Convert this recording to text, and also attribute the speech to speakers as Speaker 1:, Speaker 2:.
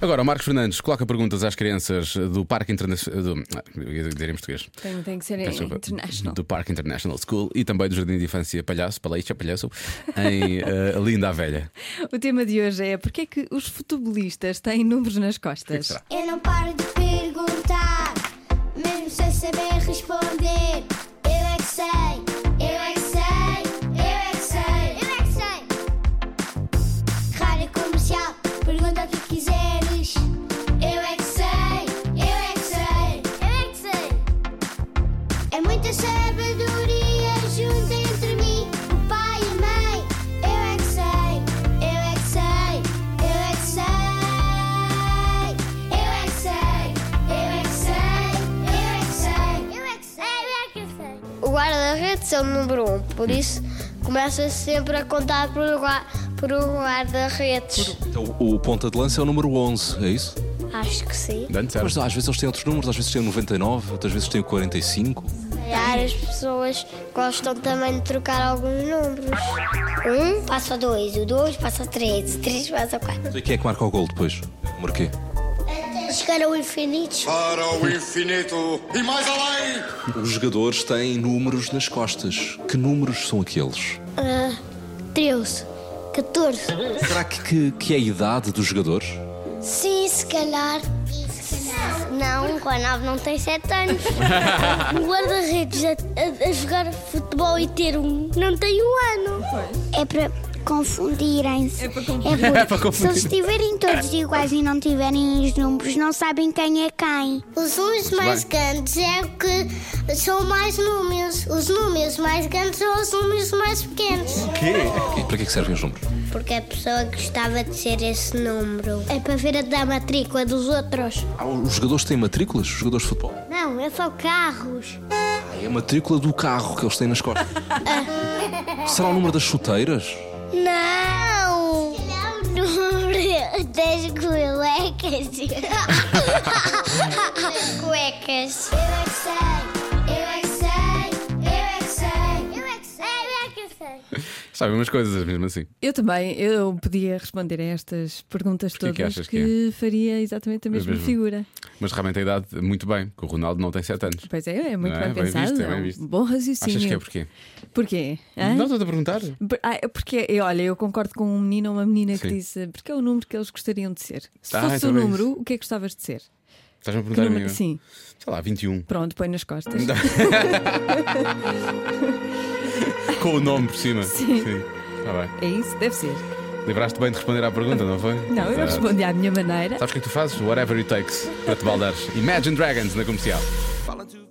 Speaker 1: Agora, o Marcos Fernandes coloca perguntas às crianças do Parque Internacional. Do... Ah, eu ia dizer em português.
Speaker 2: Tem, tem que ser
Speaker 1: Peço desculpa.
Speaker 2: É, international.
Speaker 1: Do Parque International School e também do Jardim de Infância Palhaço, Palhaço, Palhaço, em eh, Linda a Velha.
Speaker 2: O tema de hoje é porque é que os futebolistas têm números nas costas?
Speaker 1: é será?
Speaker 3: Eu não paro de perguntar, mesmo sem saber responder. Eu é que sei, eu é que sei, eu é que sei, eu é que sei. Rádio comercial, pergunta o que quiseres. Eu é que sei, eu é que sei, eu é que sei. É muita sabedoria junto entre mim, o pai e a mãe. Eu é que sei, eu é que sei, eu é que sei. Eu é que sei, eu é que sei, eu é que sei, eu é que sei, eu é que sei.
Speaker 4: O guarda-redes é o número 1, um, por isso começa sempre a contar por, gua- por um guarda-redes.
Speaker 5: Então, o ponta de lança é o número 11, é isso?
Speaker 4: Acho que sim.
Speaker 1: Dante,
Speaker 5: Mas às vezes eles têm outros números, às vezes têm o 99, outras vezes têm o 45.
Speaker 4: calhar as pessoas gostam também de trocar alguns números. Um passa dois, o dois passa três, o três passa quatro.
Speaker 5: E quem é que marca o gol depois? Número quê?
Speaker 4: Até chegar ao infinito.
Speaker 6: Para o infinito e mais além!
Speaker 5: Os jogadores têm números nas costas. Que números são aqueles?
Speaker 4: 13, 14.
Speaker 5: Será que, que, que é a idade dos jogadores?
Speaker 4: Sim, se calhar. Não, o Ronaldo não tem 7 anos. um guarda-redes a, a- a jogar futebol e ter um. não tem um ano.
Speaker 3: É para confundirem-se. É para confundir.
Speaker 1: para confundir.
Speaker 3: Se eles estiverem todos iguais e não tiverem os números, não sabem quem é quem.
Speaker 4: Os números mais grandes é o que são mais números. Os números mais grandes são os números mais pequenos.
Speaker 5: E Para que é que servem os números?
Speaker 4: Porque a pessoa gostava de ser esse número. É para ver a da matrícula dos outros.
Speaker 5: Ah, os jogadores têm matrículas? Os jogadores de futebol.
Speaker 4: Não, é só carros.
Speaker 5: É a matrícula do carro que eles têm nas costas. Será o número das chuteiras?
Speaker 4: Não! Não, número das cuecas. cuecas.
Speaker 3: Eu é que sei, eu é que sei, eu é que sei, eu é que sei, eu é que sei.
Speaker 1: sabem umas coisas mesmo assim.
Speaker 2: Eu também, eu podia responder a estas perguntas
Speaker 1: Porquê que é?
Speaker 2: todas
Speaker 1: achas
Speaker 2: faria exatamente a mesma
Speaker 1: mesmo.
Speaker 2: figura.
Speaker 1: Mas realmente a idade, muito bem, que o Ronaldo não tem 7 anos.
Speaker 2: Pois é, é muito
Speaker 1: Não é?
Speaker 2: bem,
Speaker 1: Bem
Speaker 2: pensado.
Speaker 1: visto, é bem
Speaker 2: é um
Speaker 1: visto.
Speaker 2: Bom raciocínio.
Speaker 1: Achas que é porquê?
Speaker 2: Porquê? Hã?
Speaker 1: Não, estou a perguntar.
Speaker 2: Por- ah, é Porque, eu- olha, eu concordo com um menino ou uma menina que
Speaker 1: Sim.
Speaker 2: disse porque é o número que eles gostariam de ser. Se
Speaker 1: Ah,
Speaker 2: fosse o
Speaker 1: então é
Speaker 2: número, o que é que gostavas de ser?
Speaker 1: Estás-me a
Speaker 2: Que
Speaker 1: perguntar a mim?
Speaker 2: número- Sim,
Speaker 1: Sei lá, 21.
Speaker 2: pronto, põe nas costas. É
Speaker 1: Com o nome por cima. Sim. Está bem.
Speaker 2: É isso, deve ser.
Speaker 1: Livraste bem de responder à pergunta, não foi?
Speaker 2: Não, eu
Speaker 1: Exato.
Speaker 2: respondi à minha maneira.
Speaker 1: Sabes o que é que tu fazes? Whatever it takes para te baldares. Imagine Dragons na comercial.
Speaker 5: Falam-te